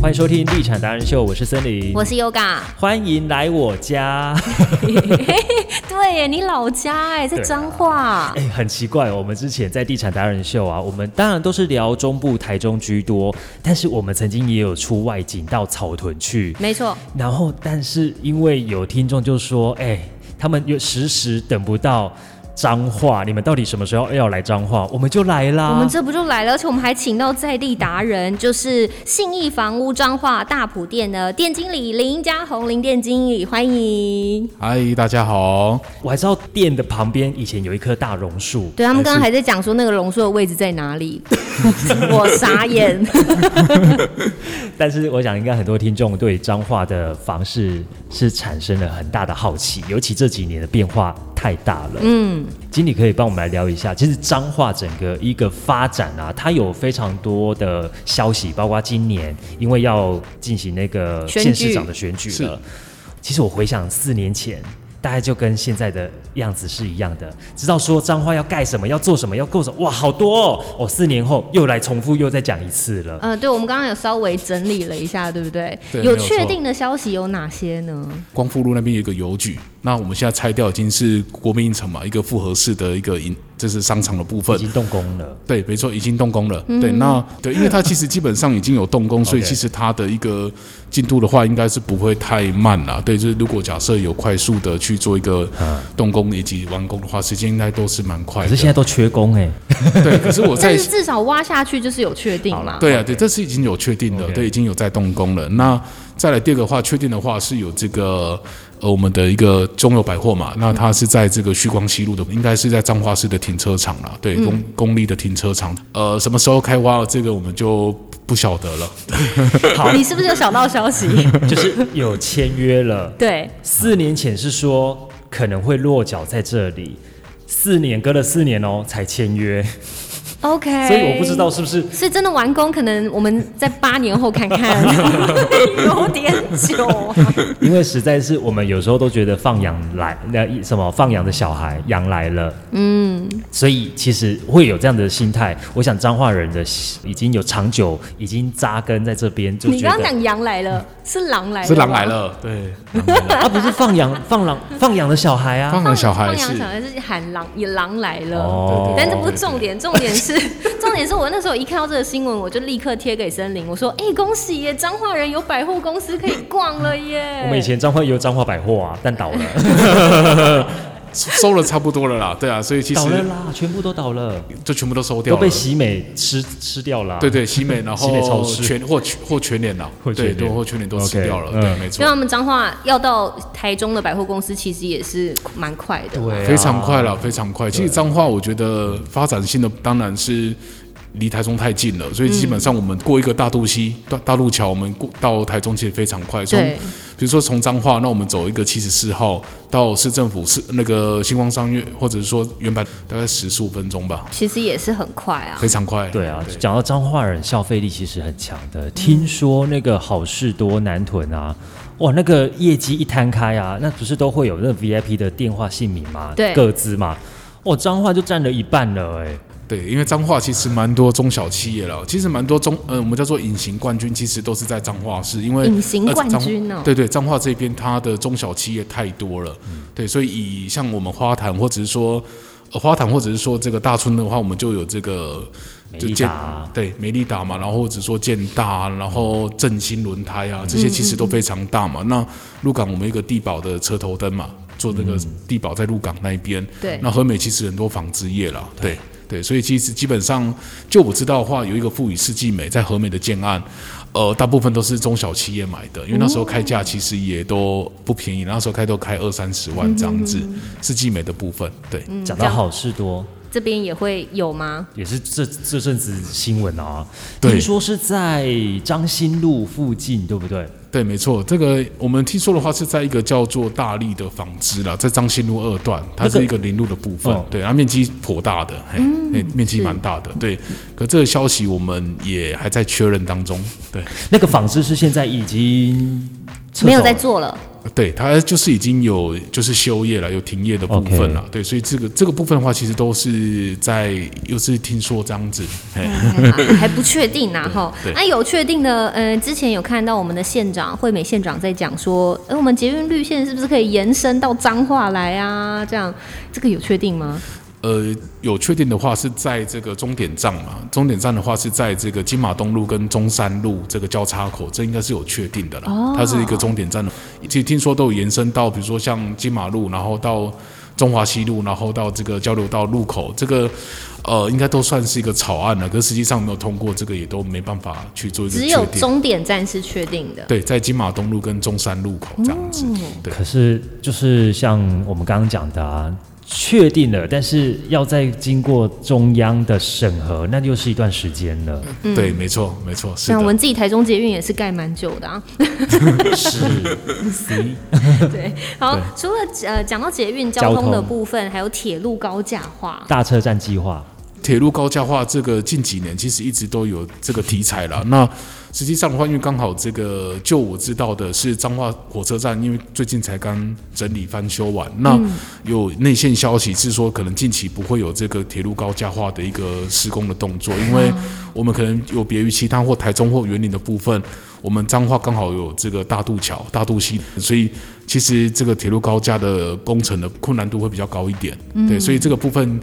欢迎收听《地产达人秀》，我是森林，我是 Yoga。欢迎来我家。 对耶，你老家哎，在对啊彰化。哎、很奇怪，我们之前在地产达人秀啊，我们当然都是聊中部、台中居多，但是我们曾经也有出外景到草屯去，没错，然后但是因为有听众就说，哎、他们有时时等不到。彰化，你们到底什么时候要来彰化？我们就来啦。我们这不就来了？而且我们还请到在地达人，就是信义房屋彰化大埔店的店经理林家宏林店经理，欢迎。嗨，大家好。我还知道店的旁边以前有一棵大榕树，对他们但刚是刚还在讲说那个榕树的位置在哪里，我傻 眼。但是我想，应该很多听众对彰化的房市是产生了很大的好奇，尤其这几年的变化太大了。嗯，经理可以帮我们来聊一下，其实彰化整个一个发展啊，它有非常多的消息，包括今年因为要进行那个选县举市长的选举了。其实我回想四年前。大概就跟现在的样子是一样的，知道说彰化要盖什么，要做什么，要够什么，哇，好多哦！我、四年后又来重复，又再讲一次了。呃，对，我们刚刚有稍微整理了一下，对不对？对有没有错确定的消息有哪些呢？光复路那边有一个邮局，那我们现在拆掉已经是国民影城嘛，一个复合式的一个营，这是商场的部分已。经动工了。对，没错，已经动工了。对，那 对，因为它其实基本上已经有动工，所以 OK 其实它的一个进度的话，应该是不会太慢啦。对，就是如果假设有快速的去做一个动工以及完工的话，时间应该都是蛮快嗯可的。是现在都缺工哎、对，可是我但 在是至少挖下去就是有确定嘛。对啊，对，这是已经有确定的 OK 对，已经有在动工了。那再来第二个话，确定的话是有这个呃我们的一个中友百货嘛，嗯那它是在这个旭光西路的，应该是在彰化市的停车场啦，对，嗯公公立的停车场。呃，什么时候开挖，这个我们就不晓得了。好你是不是有小道消 息？。就是有签约了对，四年前是说可能会落脚在这里，四年隔了四年哦才签约， OK，所以我不知道是不是是真的完工，可能我们在八年后看看，有点久、啊。因为实在是我们有时候都觉得放养来那一什么放养的小孩养来了，嗯，所以其实会有这样的心态。我想彰化人的已经有长久已经扎根在这边，就你觉刚刚得。讲羊来了，是狼来了，是狼来。了，对，狼来了啊，不是放 养放养放养的小孩啊，放放养小孩放羊是小孩是喊狼，也狼来了。哦但这不是重点，重点是 重点是我那时候一看到这个新闻，我就立刻贴给森林，我说：“哎、恭喜耶，彰化人有百货公司可以逛了耶！” 我们以前彰化也有彰化百货啊，但倒了，收了差不多了啦，对啊，所以其实倒了啦，全部都倒了。就全部都收掉都了。被喜美吃吃掉了、啊对，对，西美，然西美超后市全或或全脸啦或，全对联对，或全脸都吃 OK，掉了，嗯对，没因错为。他们彰化要到台中的百货公司，其实也是蛮快的。对、非常快。了，非常快。其实彰化，我觉得发展性的当然是离台中太近了，所以基本上我们过一个大肚溪、大大路桥，我们过到台中其实非常快。从对比如说从彰化，那我们走一个七十四号到市政府是那个星光商业，或者是说原版大概十十五分钟吧，其实也是很快啊。非常快。对啊，讲到彰化人消费力其实很强的，听说那个好事多南屯啊，哇，那个业绩一摊开啊，那不是都会有那 VIP 的电话姓名嘛，对各自嘛，哇，彰化就占了一半了、哎，对，因为彰化其实蛮多中小企业了，其实蛮多中，呃，我们叫做隐形冠军，其实都是在彰化市，因为呃隐形冠军哦呃彰对对，彰化这边它的中小企业太多了，对，所以以像我们花坛或者是说、呃花坛或者是说这个大村的话，我们就有这个。就美利建达对美利达嘛，然后或者说建大，啊然后振兴轮胎啊，这些其实都非常大嘛。那鹿港我们有一个地保的车头灯嘛，做那个地保在鹿港那一边，对那和美其实很多纺织业啦，对对，所以其实基本上，就我知道的话，有一个富宇世纪美在和美的建案，呃，大部分都是中小企业买的，因为那时候开价其实也都不便宜，那时候开都开二三十万这样子，世纪美的部分，对，讲到好事多。这边也会有吗？也是这这阵子新闻啊，对听说是在张新路附近，对不对？对，没错，这个我们听说的话是在一个叫做大力的纺织啦，在彰新路二段，它那个是一个林路的部分，哦嗯对，它面积颇大的，嘿，嘿面积蛮大的，对。可这个消息我们也还在确认当中，对，那个纺织是现在已经撤没有走在了做了，对，它就是已经有就是休业了，有停业的部分了。对，所以这个这个部分的话，其实都是在又是听说这样子。嘿啊还不确定呐、哈对。那有确定的，呃，之前有看到我们的县长惠美县长在讲说，哎、我们捷运绿线是不是可以延伸到彰化来啊？这样，这个有确定吗？呃，有确定的话是在这个终点站嘛？终点站的话是在这个金马东路跟中山路这个交叉口，这应该是有确定的啦。哦它是一个终点站，其实听说都有延伸到，比如说像金马路，然后到中华西路，然后到这个交流道路口，这个呃应该都算是一个草案了。可是实际上有没有通过，这个也都没办法去做一个只确有定。终点站是确定的。对，在金马东路跟中山路口这样子。哦对。可是就是像我们刚刚讲的啊，确定了，但是要再经过中央的审核，那又是一段时间了。嗯对，没错，没错，是像我的们。自己台中捷运也是盖蛮久的 啊。是，C 对，好，除了呃讲到捷运交交通的通部分，还有铁路高架化。嗯大车站计划，铁路高架化这个近几年其实一直都有这个题材啦。那实际上的话，因为刚好这个就我知道的是彰化火车站，因为最近才刚整理翻修完，那有内线消息是说，可能近期不会有这个铁路高架化的一个施工的动作，因为我们可能有别于其他或台中或园林的部分，我们彰化刚好有这个大肚桥、大肚溪，所以其实这个铁路高架的工程的困难度会比较高一点。对，所以这个部分。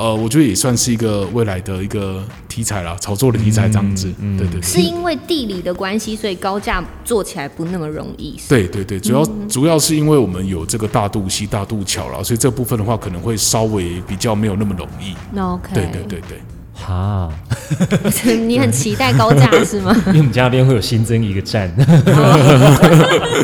呃，我觉得也算是一个未来的一个题材啦，炒作的题材这样子。对对对，是因为地理的关系，所以高架做起来不那么容易。对对对，主要、主要是因为我们有这个大肚溪、大肚桥啦，所以这部分的话可能会稍微比较没有那么容易。那 OK，对对对对。哈， 对， 你很期待高架是 吗？因为我们家那边会有新增一个站，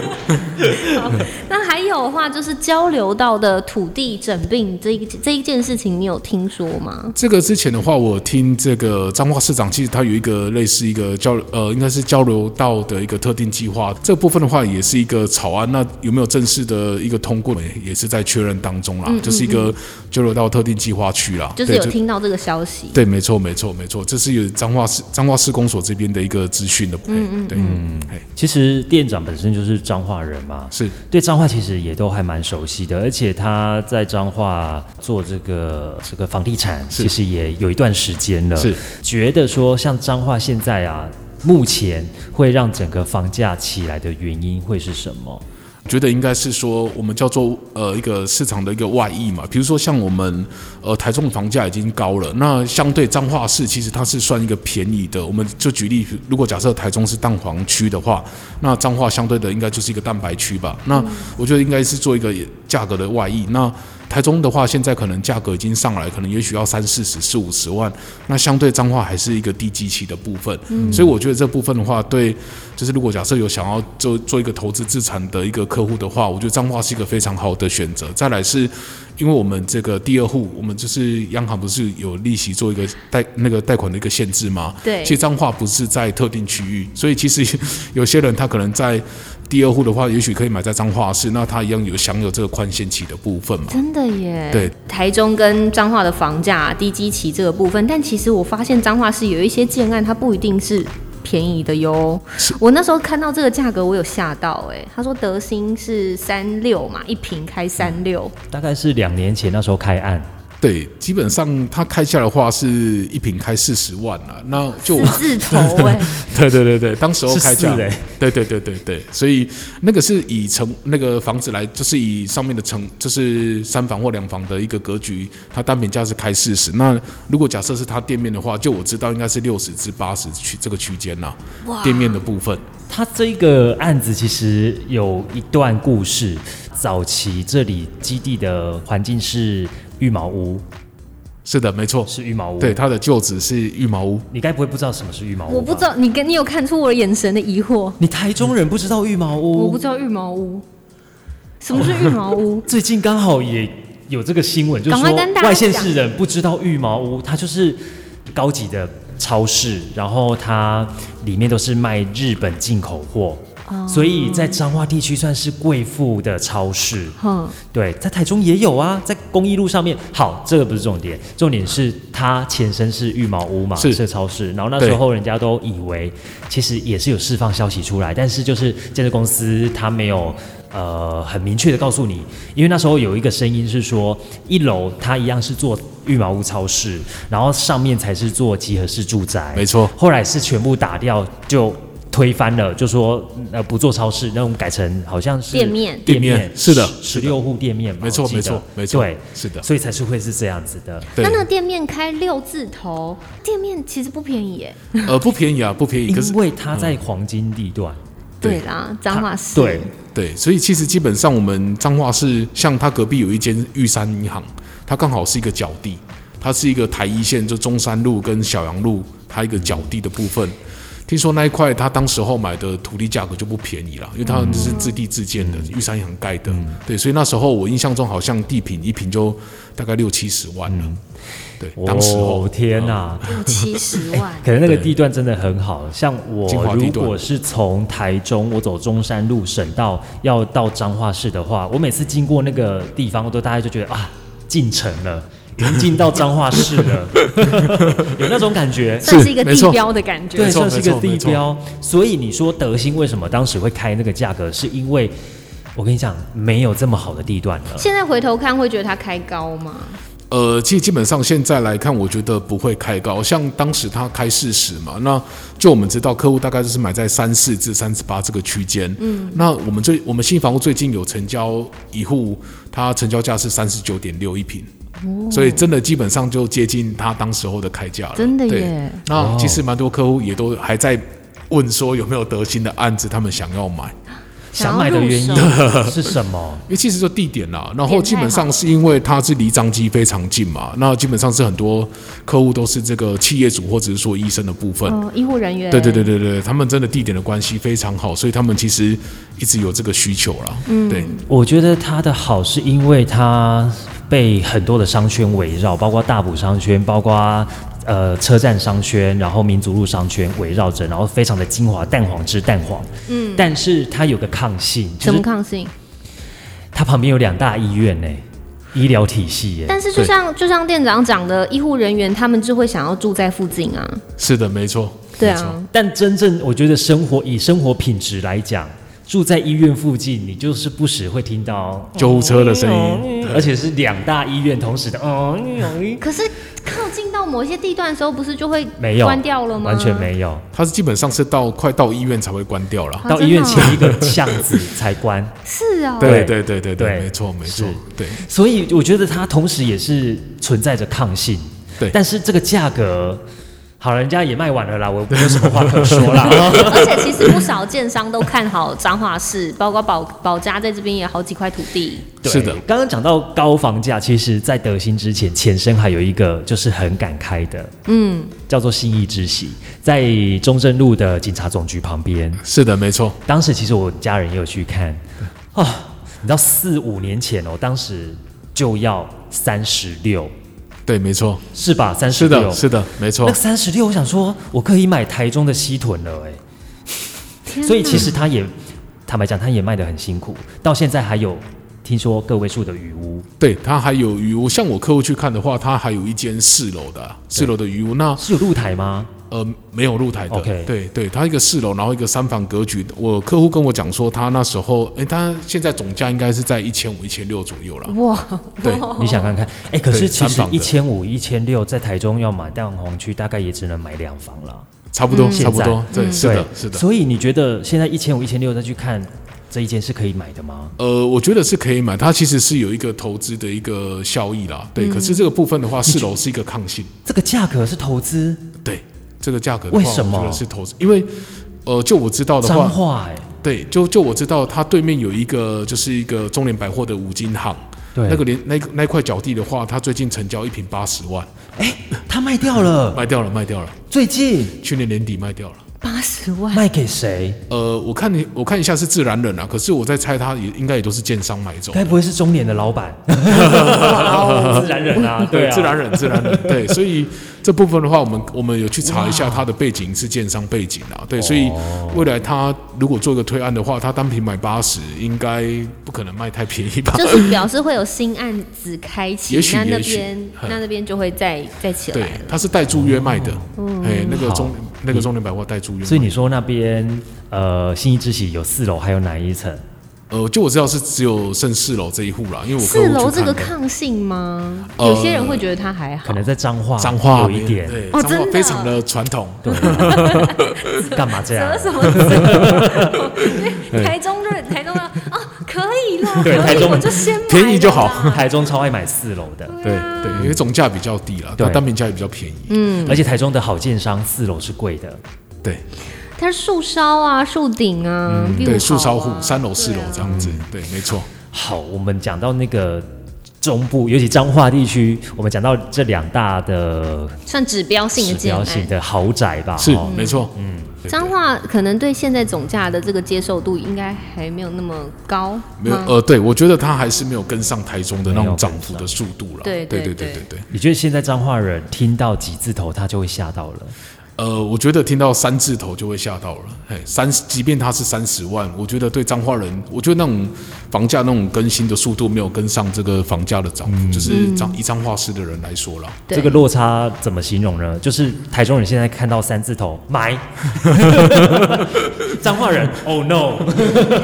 那还有的话就是交流道的土地整并这一这一件事情，你有听说吗？这个之前的话，我听这个彰化市长，其实他有一个类似一个交呃，应该是交流道的一个特定计划，这部分的话也是一个草案，那有没有正式的一个通过，也是在确认当中啦，就是一个交流道特定计划区啦，就是对有听到这个消息。对，没错，没错，没错，这是有彰化市彰化市公所这边的一个资讯的，嗯嗯，对，嗯，哎，其实店长本身就是彰化人嘛，是对彰化其实也都还蛮熟悉的，而且他在彰化做这个这个房地产，其实也有一段时间了。是觉得说像彰化现在啊，目前会让整个房价起来的原因会是什么？觉得应该是说我们叫做呃一个市场的一个外溢嘛，比如说像我们呃台中的房价已经高了，那相对彰化市其实它是算一个便宜的。我们就举例，如果假设台中是蛋黄区的话，那彰化相对的应该就是一个蛋白区吧。那我觉得应该是做一个价格的外溢。那台中的话，现在可能价格已经上来，可能也许要三四十、四五十万，那相对彰化还是一个低基期的部分，所以我觉得这部分的话，对，就是如果假设有想要做做一个投资自产的一个客户的话，我觉得彰化是一个非常好的选择。再来是，因为我们这个第二户，我们就是央行不是有利息做一个贷那个贷款的一个限制吗？对其实彰化不是在特定区域，所以其实 有些人他可能在。第二户的话，也许可以买在彰化市，那他一样有享有这个宽限期的部分嘛？真的耶，对，台中跟彰化的房价低基期这个部分，但其实我发现彰化是有一些建案，它不一定是便宜的哟。我那时候看到这个价格，我有吓到哎、他说德兴是三六嘛，一平开三六，大概是两年前那时候开案，对，基本上它开价的话是一瓶开四十万了、那就我字头哎、 对对对对，当时候开价是四欸，对对对对对，所以那个是以成那个房子来，就是以上面的成就是三房或两房的一个格局，它单品价是开四十。那如果假设是它店面的话，就我知道应该是六十至八十区这个区间啦、店面的部分。他这个案子其实有一段故事。早期这里基地的环境是玉毛屋，是的，没错，是玉毛屋。对，，它的旧址是玉毛屋。你该不会不知道什么是玉毛屋吧？我不知道你跟你有看出我的眼神的疑惑，你台中人不知道玉毛屋？我不知道羽毛屋，什么是羽 毛屋？最近刚好也有这个新闻，就是赶快说跟大家外县市人不知道玉毛屋，它就是高级的超市，然后它里面都是卖日本进口货，哦所以在彰化地区算是贵妇的超市。哼，对，在台中也有啊，在公益路上面。好，这个不是重点，重点是它前身是玉毛屋嘛，是是超市。然后那对时候人家都以为，其实也是有释放消息出来，但是就是建设公司它没有呃很明确的告诉你，因为那时候有一个声音是说，一楼它一样是做羽毛屋超市，然后上面才是做集合式住宅，没错后来是全部打掉就。推翻了，就说呃不做超市，那我们改成好像是店面店面店面是的十是的六户店面嘛，没错我记得没错没错对，是的所以才是会是这样子的。对那那个店面开六字头，店面其实不便宜耶。呃，不便宜啊，不便宜。可是因为它在黄金地段，对对啦，彰化市。对，对，所以其实基本上我们彰化市，像它隔壁有一间玉山银行，它刚好是一个角地，它是一个台一线，就中山路跟小洋路它一个角地的部分。听说那一块它当时候买的土地价格就不便宜了，因为它是自地自建的，玉山银行盖的，对，所以那时候我印象中好像地坪一坪就大概六七十万了，对，当时候啊哦天哪、六七十 万可能那个地段真的很好，像精我华地如段果是从台中，我走中山路省道要到彰化市的话，我每次经过那个地方，我都大概就觉得啊，进城了，已经进到彰化市 了，有那种感觉。算是一个没地错标的感觉对，没。错算是一个没错地没错标。所以你说德兴为什么当时会开那个价格，是因为我跟你讲，没有这么好的地段了。现在回头看会觉得它开高吗？呃，其实基本上现在来看，我觉得不会开高。像当时它开四十嘛，那就我们知道客户大概就是买在三四至三十八这个区间。嗯，那我们最我们新房屋最近有成交一户，它成交价是三十九点六一平。哦所以真的基本上就接近他当时候的开价了，真的耶对那其实蛮多客户也都还在问说有没有德兴的案子，他们想要买。想买的原因想 要 是什么？因为其实就地点啦，然后基本上是因为它是离张机非常近嘛，那基本上是很多客户都是这个企业主或者是说医生的部分，哦，医护人员。对对对对对，他们真的地点的关系非常好，所以他们其实一直有这个需求啦。嗯，对，我觉得它的好是因为它被很多的商圈围绕，包括大埔商圈，包括呃车站商圈，然后民族路商圈围绕着，然后非常的精华，蛋黄之蛋黄。嗯，但是它有个抗性，就什是么抗性？它旁边有两大医院呢、医疗体系耶、但是就像就像店长讲的，医护人员他们就会想要住在附近啊。是的，没错，对没错啊，但真正我觉得生活以生活品质来讲，住在医院附近，你就是不时会听到，救护车的声音，而且是两大医院同时的，哦、可是靠近到某一些地段的时候，不是就会没有关掉了吗？哦完全。没有。它是基本上是到快到医院才会关掉啦。啊到医院前一个巷子才关，是哦。对对对对对对对，没错没是，错对。所以我觉得它同时也是存在着抗性。对但是这个价格，好，人家也卖完了啦，我没有什么话可说啦。 而且其实不少建商都看好彰化市，包括保保家在这边也好几块土地。对是的刚刚讲到高房价，其实在德兴之前，前身还有一个就是很敢开的，嗯，叫做信义之喜，在中正路的警察总局旁边。是的，没错，当时其实我家人也有去看，啊、你知道四五年前哦，当时就要三十六，对，没错，是吧？三十是六的，，是的，没错那，三十六，我想说，我可以买台中的西屯了、欸，哎，天所以其实他也坦白讲，他也卖得很辛苦，到现在还有听说个位数的余屋，对，它还有鱼屋。像我客户去看的话，它还有一间四楼的啊四楼的鱼屋。那是有露台吗？呃，没有露台的。 OK 对对，它一个四楼，然后一个三房格局。我客户跟我讲说，他那时候，哎，他现在总价应该是在一千五、一千六左右了。哇，对，哦你想看看？哎、可是对其实三房一的千五、一千六，在台中要买蛋黄区，大概也只能买两房了。差不多，嗯现差不多，在嗯对，是的，对是的。所以你觉得现在一千五、一千六再去看这一间是可以买的吗？呃，我觉得是可以买，它其实是有一个投资的一个效益啦。嗯对，可是这个部分的话，四楼是一个抗性。这个价格是投资对，这个价格的话，为什么我觉得是投资，因为呃，就我知道的脏话，话哎、对，就就我知道，它对面有一个就是一个中联百货的五金行，对那个连那那块脚地的话，它最近成交一平八十万，他卖掉了，卖掉了，卖掉了，最近去年年底卖掉了。八十万，卖给谁？呃，我看你，我看一下是自然人啊，可是我在猜，它也应该也都是建商买走。该不会是中年的老板？哦 自然人 啊，对啊，自然人，自然人， 对，所以这部分的话，我们我们有去查一下它的背景是建商背景啊，对，所以哦未来它如果做个推案的话，它单品买八十，应该不可能卖太便宜吧？就是表示会有新案子开启也，许那那也许边嗯那那边就会再再起对来了，。它是带租约卖的，哎，那个好中那个中联百货带租约卖的，所以你说那边呃，新一之喜有四楼，还有哪一层？呃，就我知道是只有剩四楼这一户啦，因为我客四户去楼这看个的抗性吗？呃有些人会觉得它还好哦可，能在彰化脏话有一点，对，哦脏话真的非常的传统。干嘛这样？折什么 折？因为台中热，台中热啊，可以 啦，对可台以，中我就先买便宜就好了啦 台中超爱买四楼的，对对，因为总价比较低了，对但单品价也比较便宜。嗯，而且台中的好建商四楼是贵的，对它是树梢啊，树顶啊，view 嗯对，树梢户好啊三楼四楼对啊这样子，对，没错。好，我们讲到那个中部，尤其彰化地区，我们讲到这两大的算指标性指的建标性案。的豪宅吧，是哦没错，嗯，对彰化可能对现在总价的这个接受度应该还没有那么高，嗯没有吗呃，对我觉得它还是没有跟上台中的那没有跟种涨上幅的速度了。对对对对对对对。你觉得现在彰化人听到几字头，他就会吓到了？呃，我觉得听到三字头就会吓到了。嘿，三，即便它是三十万，我觉得对彰化人，我觉得那种房价那种更新的速度没有跟上这个房价的涨幅，就是彰以彰化市的人来说啦。对这个落差怎么形容呢？就是台中人现在看到三字头 买， 彰化人 oh no！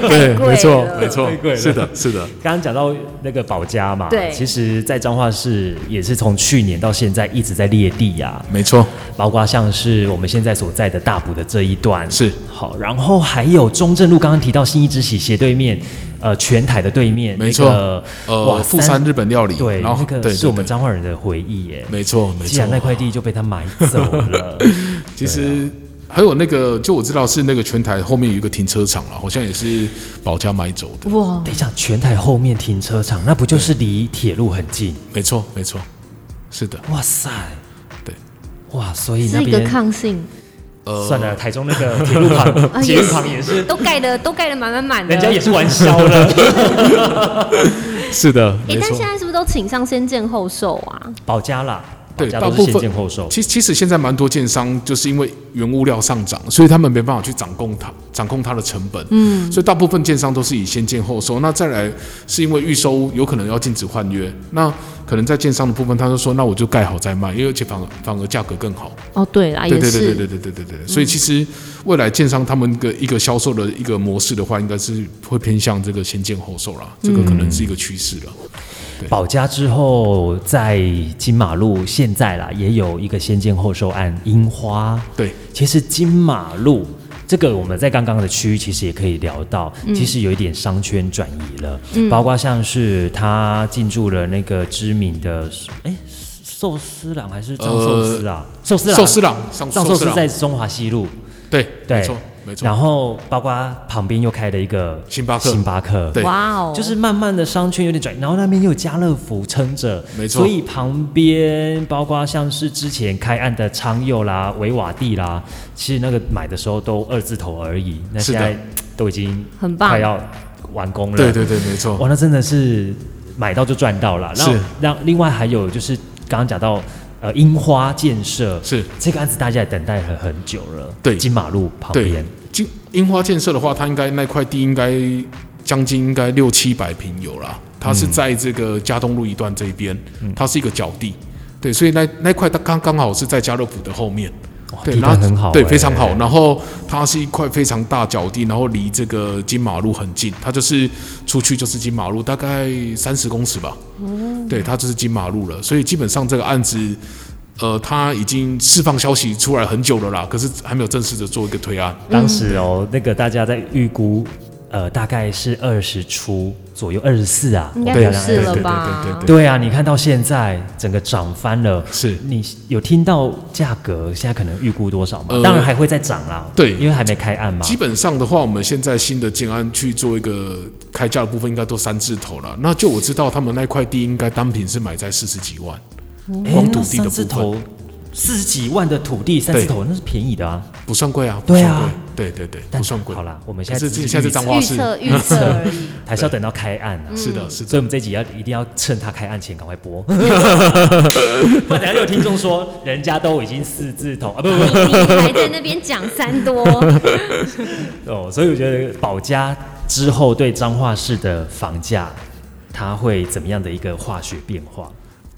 对，贵没错了没错贵了是的，是的。刚刚讲到那个保家嘛，对其实，在彰化市也是从去年到现在一直在裂地呀、没错，包括像是我们现在所在的大埔的这一段是好，然后还有中正路，刚刚提到新一之喜斜对面，呃，全台的对面，没错那个、呃，富山日本料理，对，然后那对个是我们对彰化人的回忆耶。没错，没既错然。那块地就被他买走 了，其实还有那个，就我知道是那个全台后面有一个停车场了，好像也是保家买走的。哇，等一下，全台后面停车场，那不就是离铁路很近？没错，没错，是的，哇塞，对。哇，所以那是一个边抗性，算了，台中那个铁路 旁、啊捷运也旁是也是，都盖的都盖的满满满的，人家也是玩消的。 是的，哎、没但错现。在是不是都请上先见后售啊？保家啦，保对，家大都部是先见分后售。其其实现在蛮多建商就是因为原物料上涨，所以他们没办法去掌控它掌控它的成本。嗯，所以大部分建商都是以先建后收。那再来是因为预收有可能要禁止换约，那可能在建商的部分，他就说那我就盖好再卖，因为而且反而反而价格更好。哦，对啦，对也对是，嗯对对对对对对对。所以其实未来建商他们的一个销售的一个模式的话，应该是会偏向这个先建后售啦，这个可能是一个趋势了。保家之后，在金马路现在啦，也有一个先建后售案樱花。对，其实金马路这个我们在刚刚的区域其实也可以聊到，嗯其实有一点商圈转移了，包括像是他进驻了那个知名的哎寿司郎还是藏寿司啊，寿司郎呃寿司郎上藏寿寿司司郎在中华西路。对，对，没错没错。然后包括旁边又开了一个星巴克星巴克，对哇哦，就是慢慢的商圈有点转，然后那边又有家乐福撑着，没所错以旁边包括像是之前开案的昌佑啦、维瓦蒂啦，其实那个买的时候都二字头而已，那是现的在都已经很棒快要完工了。对对对，没错。哇，那真的是买到就赚到了。然后哦是，让另外还有就是刚刚讲到呃樱花建设是这个案子，大家也等待了很久了。对金马路旁对边，，金樱花建设的话，它应该那块地应该将近应该六七百平有啦。它是在这个嘉东路一段这一边，它是一个角地，对，所以那那块它刚刚好是在家乐福的后面。对，地然段后很好对，欸非常好。然后它是一块非常大角地，然后离这个金马路很近，它就是出去就是金马路，大概三十公尺吧。嗯对，它就是金马路了。所以基本上这个案子，呃，它已经释放消息出来很久了啦，可是还没有正式的做一个推案。当时哦，那个大家在预估，呃，大概是二十出左右，二十四啊，应该对不啊是对了对吧？对对对对对啊，你看到现在整个涨翻了，是你有听到价格现在可能预估多少吗？呃当然还会再涨啦，对因为还没开案嘛。基本上的话，我们现在新的建安去做一个开价的部分，应该都三字头了。那就我知道，他们那块地应该单品是买在四十几万，哎光那土地的三字部分头四十几万的土地，三字头那是便宜的啊。不算贵啊，不对算啊贵，对对对，但不算贵。好啦我们可现在是这只是现在预彰化预市测预测 而已。还是要等到开案啊。是的，是所以的，我们这集要一定要趁他开案前赶快播， 不然等下又有听众说人家都已经四字头啊，不不你还在那边讲三 多，不哦，所以我觉得保家之后对彰化市的房价，它会怎么样的一个化学变化？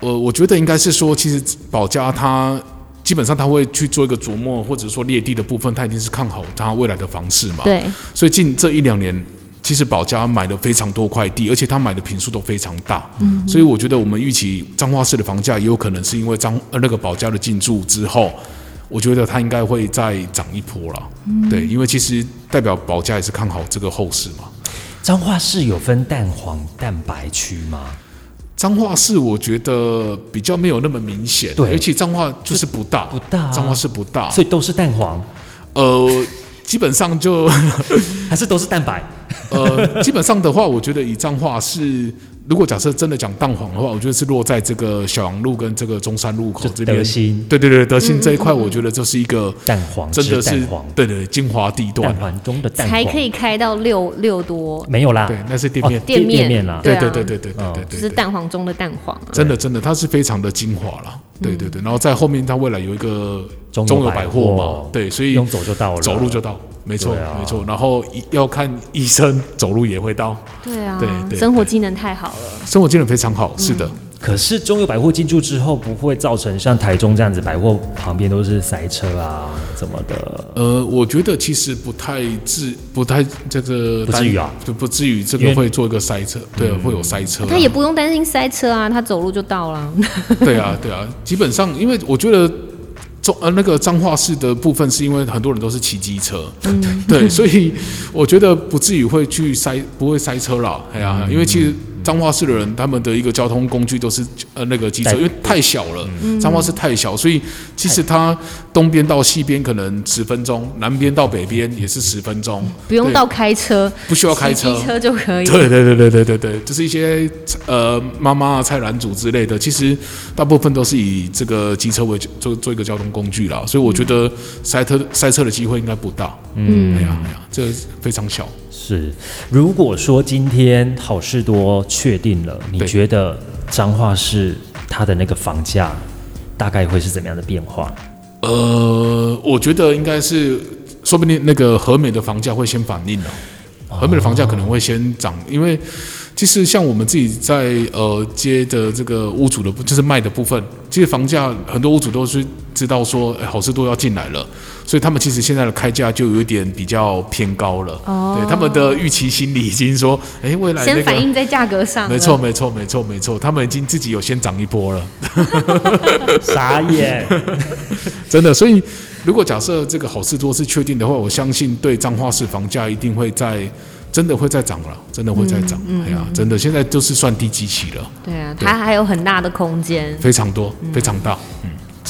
我我觉得应该是说，其实保家它基本上它会去做一个琢磨，或者说裂地的部分，它一定是看好它未来的房市嘛。对，所以近这一两年，其实保家买了非常多块地，而且他买的平数都非常大，嗯，所以我觉得我们预期彰化市的房价也有可能是因为彰呃那个保家的进驻之后，我觉得它应该会再涨一波了，对，因为其实代表保家也是看好这个后市嘛。彰化市有分蛋黄、蛋白区吗？啊彰化市我觉得比较没有那么明显，对而且彰化就是不大，不大啊彰化市不大，所以都是蛋黄，呃，基本上就还是都是蛋白？呃，基本上的话，我觉得以彰化是，如果假设真的讲蛋黄的话，我觉得是落在这个小洋路跟这个中山路口这边。德兴对对对，德兴这一块，我觉得就是一个蛋黄真的吃蛋是黄对对对精华地段蛋。黄中的蛋黄才可以开到六六多没有啦，对，那是店面哦。店面店面啦对啊对对对对对哦对就对是对，蛋黄中的蛋黄啊。真的真的，它是非常的精华了。对对对，然后在后面它未来有一个嗯中中友友百百货货嘛，对，所以用走就到了走路就到，没错对啊没错。然后一要看医生，走路也会到，对啊，对对生活对技能太好了。生活技能非常嗯好，是的。可是中友百货进驻之后，不会造成像台中这样子，百货旁边都是塞车啊，怎么的？呃，我觉得其实不太至，不太这个不至于啊，就不至于这因个为嗯会做一个塞车，对，会有塞车啊、他也不用担心塞车啊，他走路就到了。 对啊，对啊，基本上因为我觉得。中呃，那个彰化市的部分是因为很多人都是骑机车，对，所以我觉得不至于会去塞，不会塞车啦。哎呀，因为其实彰化市的人他们的一个交通工具都是呃那个机车，代因为太小了，彰化市太小，所以其实它东边到西边可能十分钟，南边到北边也是十分钟，不用对到开车，不需要开骑车机车就可以。对对对对对对对，就是一些呃妈妈啊、菜篮族之类的，其实大部分都是以这个机车为做做一个交通工具啦，所以我觉得塞车塞车的机会应该不大。嗯，哎呀哎呀，这个非常小。是，如果说今天好事多确定了，你对觉得彰化市它的那个房价大概会是怎么样的变 化？呃，我觉得应该是，说不定那个和美的房价会先反应了、和美的房价可能会先涨，因为其实像我们自己在呃接的这个屋主的，就是卖的部分，其实房价很多屋主都是知道说，哎好事多要进来了，所以他们其实现在的开价就有一点比较偏高了。哦对，他们的预期心理已经说，哎，未来那先个反映在价格上。没错，，没错，没错，没错，他们已经自己有先涨一波了。傻眼，真的，所以如果假设这个好事多是确定的话，我相信对彰化市房价一定会在真的会再涨了，真的会再涨。哎呀，真的现在就是算低基期了，对啊，它还有很大的空间。非常多，非常大。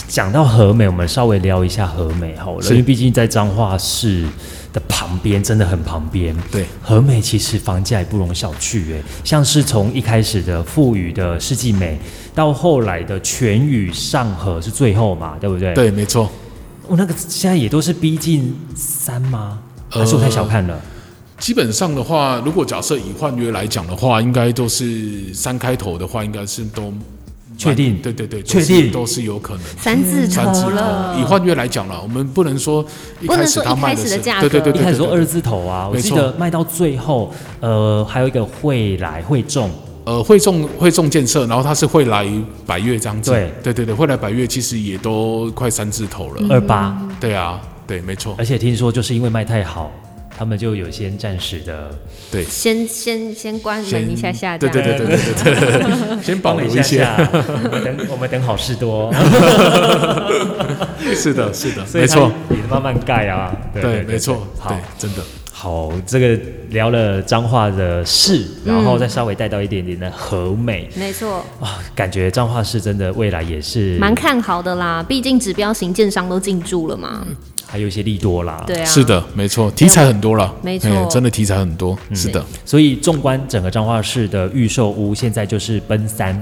讲到和美，我们稍微聊一下和美好了，是因为毕竟在彰化市的旁边，真的很旁边。对和美其实房价也不容小觑诶，像是从一开始的富裕的世纪美，到后来的全宇上和是最后嘛，对不对？，对，没错。我、那个现在也都是逼近三吗？呃还是我太小看了？基本上的话，如果假设以换约来讲的话，应该都是三开头的话，应该是都蛮确定对对对，都确是定都是有可能。三字头三字了头，以，换约来讲了，我们不能说一不能开始说他一开卖的始的是价对对格对对一对，开始说对二字头啊，我没记错得卖到最后，呃，还有一个惠来惠众，呃，会众会众建设，然后它是会来百越这样子。对对对对，会来百越其实也都快三字头了。二八、对啊，对，没错而，且听说就是因为卖太好，他们就有些暂时的对。先先先关门一下下，对对对对对对对对，先保留一些， 我们等我们等好事多， 是的，是的，所以没错，它也是慢慢盖啊，对，没错，对好，，真的，好，这个聊了彰化的市，然后再稍微带到一点点的和美。没错，啊，感觉彰化市真的未来也是嗯蛮看好的啦。毕竟指标型建商都进驻了嘛，还有一些利多啦。，对啊，是，的，没错，题材很多了，没错嗯哎真的题材很多，是的，所以纵观整个彰化市的预售屋，现在就是奔三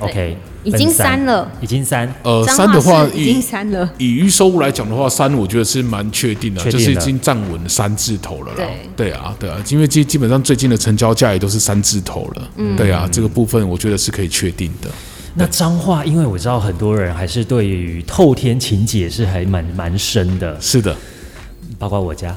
对，OK，已经三奔了，已经三，呃，彰三的话化市已经以三了，以预收入来讲的话，三我觉得是蛮确定的，确定了就是已经站稳三字头了啦对。对啊，对啊，因为基基本上最近的成交价也都是三字头了。对啊，这个部分我觉得是可以确定的。那彰化，因为我知道很多人还是对于透天情节是还蛮蛮深的，是的，包括我 家，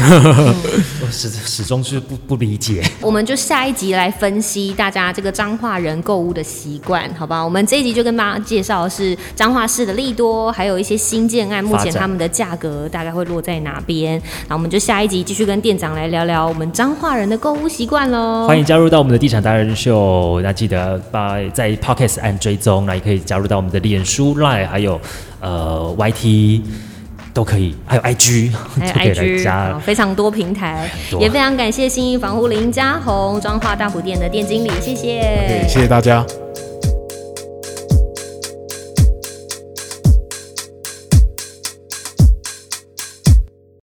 我始始终是不不理解。我们就下一集来分析大家这个彰化人购物的习惯，好吧？我们这一集就跟大家介绍的是彰化市的利多，还有一些新建案，目发前展他们的价格大概会落在哪边。然后我们就下一集继续跟店长来聊聊我们彰化人的购物习惯喽。欢迎加入到我们的地产达人秀，那记得把在 Podcast 按追踪，那也可以加入到我们的脸书、Line，还有呃 YT 都可以，还有 IG 还有都可以来 IG，好哎加。非常多平台，多也非常感谢新意房屋林家宏、彰化大埔店的店经理，谢谢。对，谢谢大家。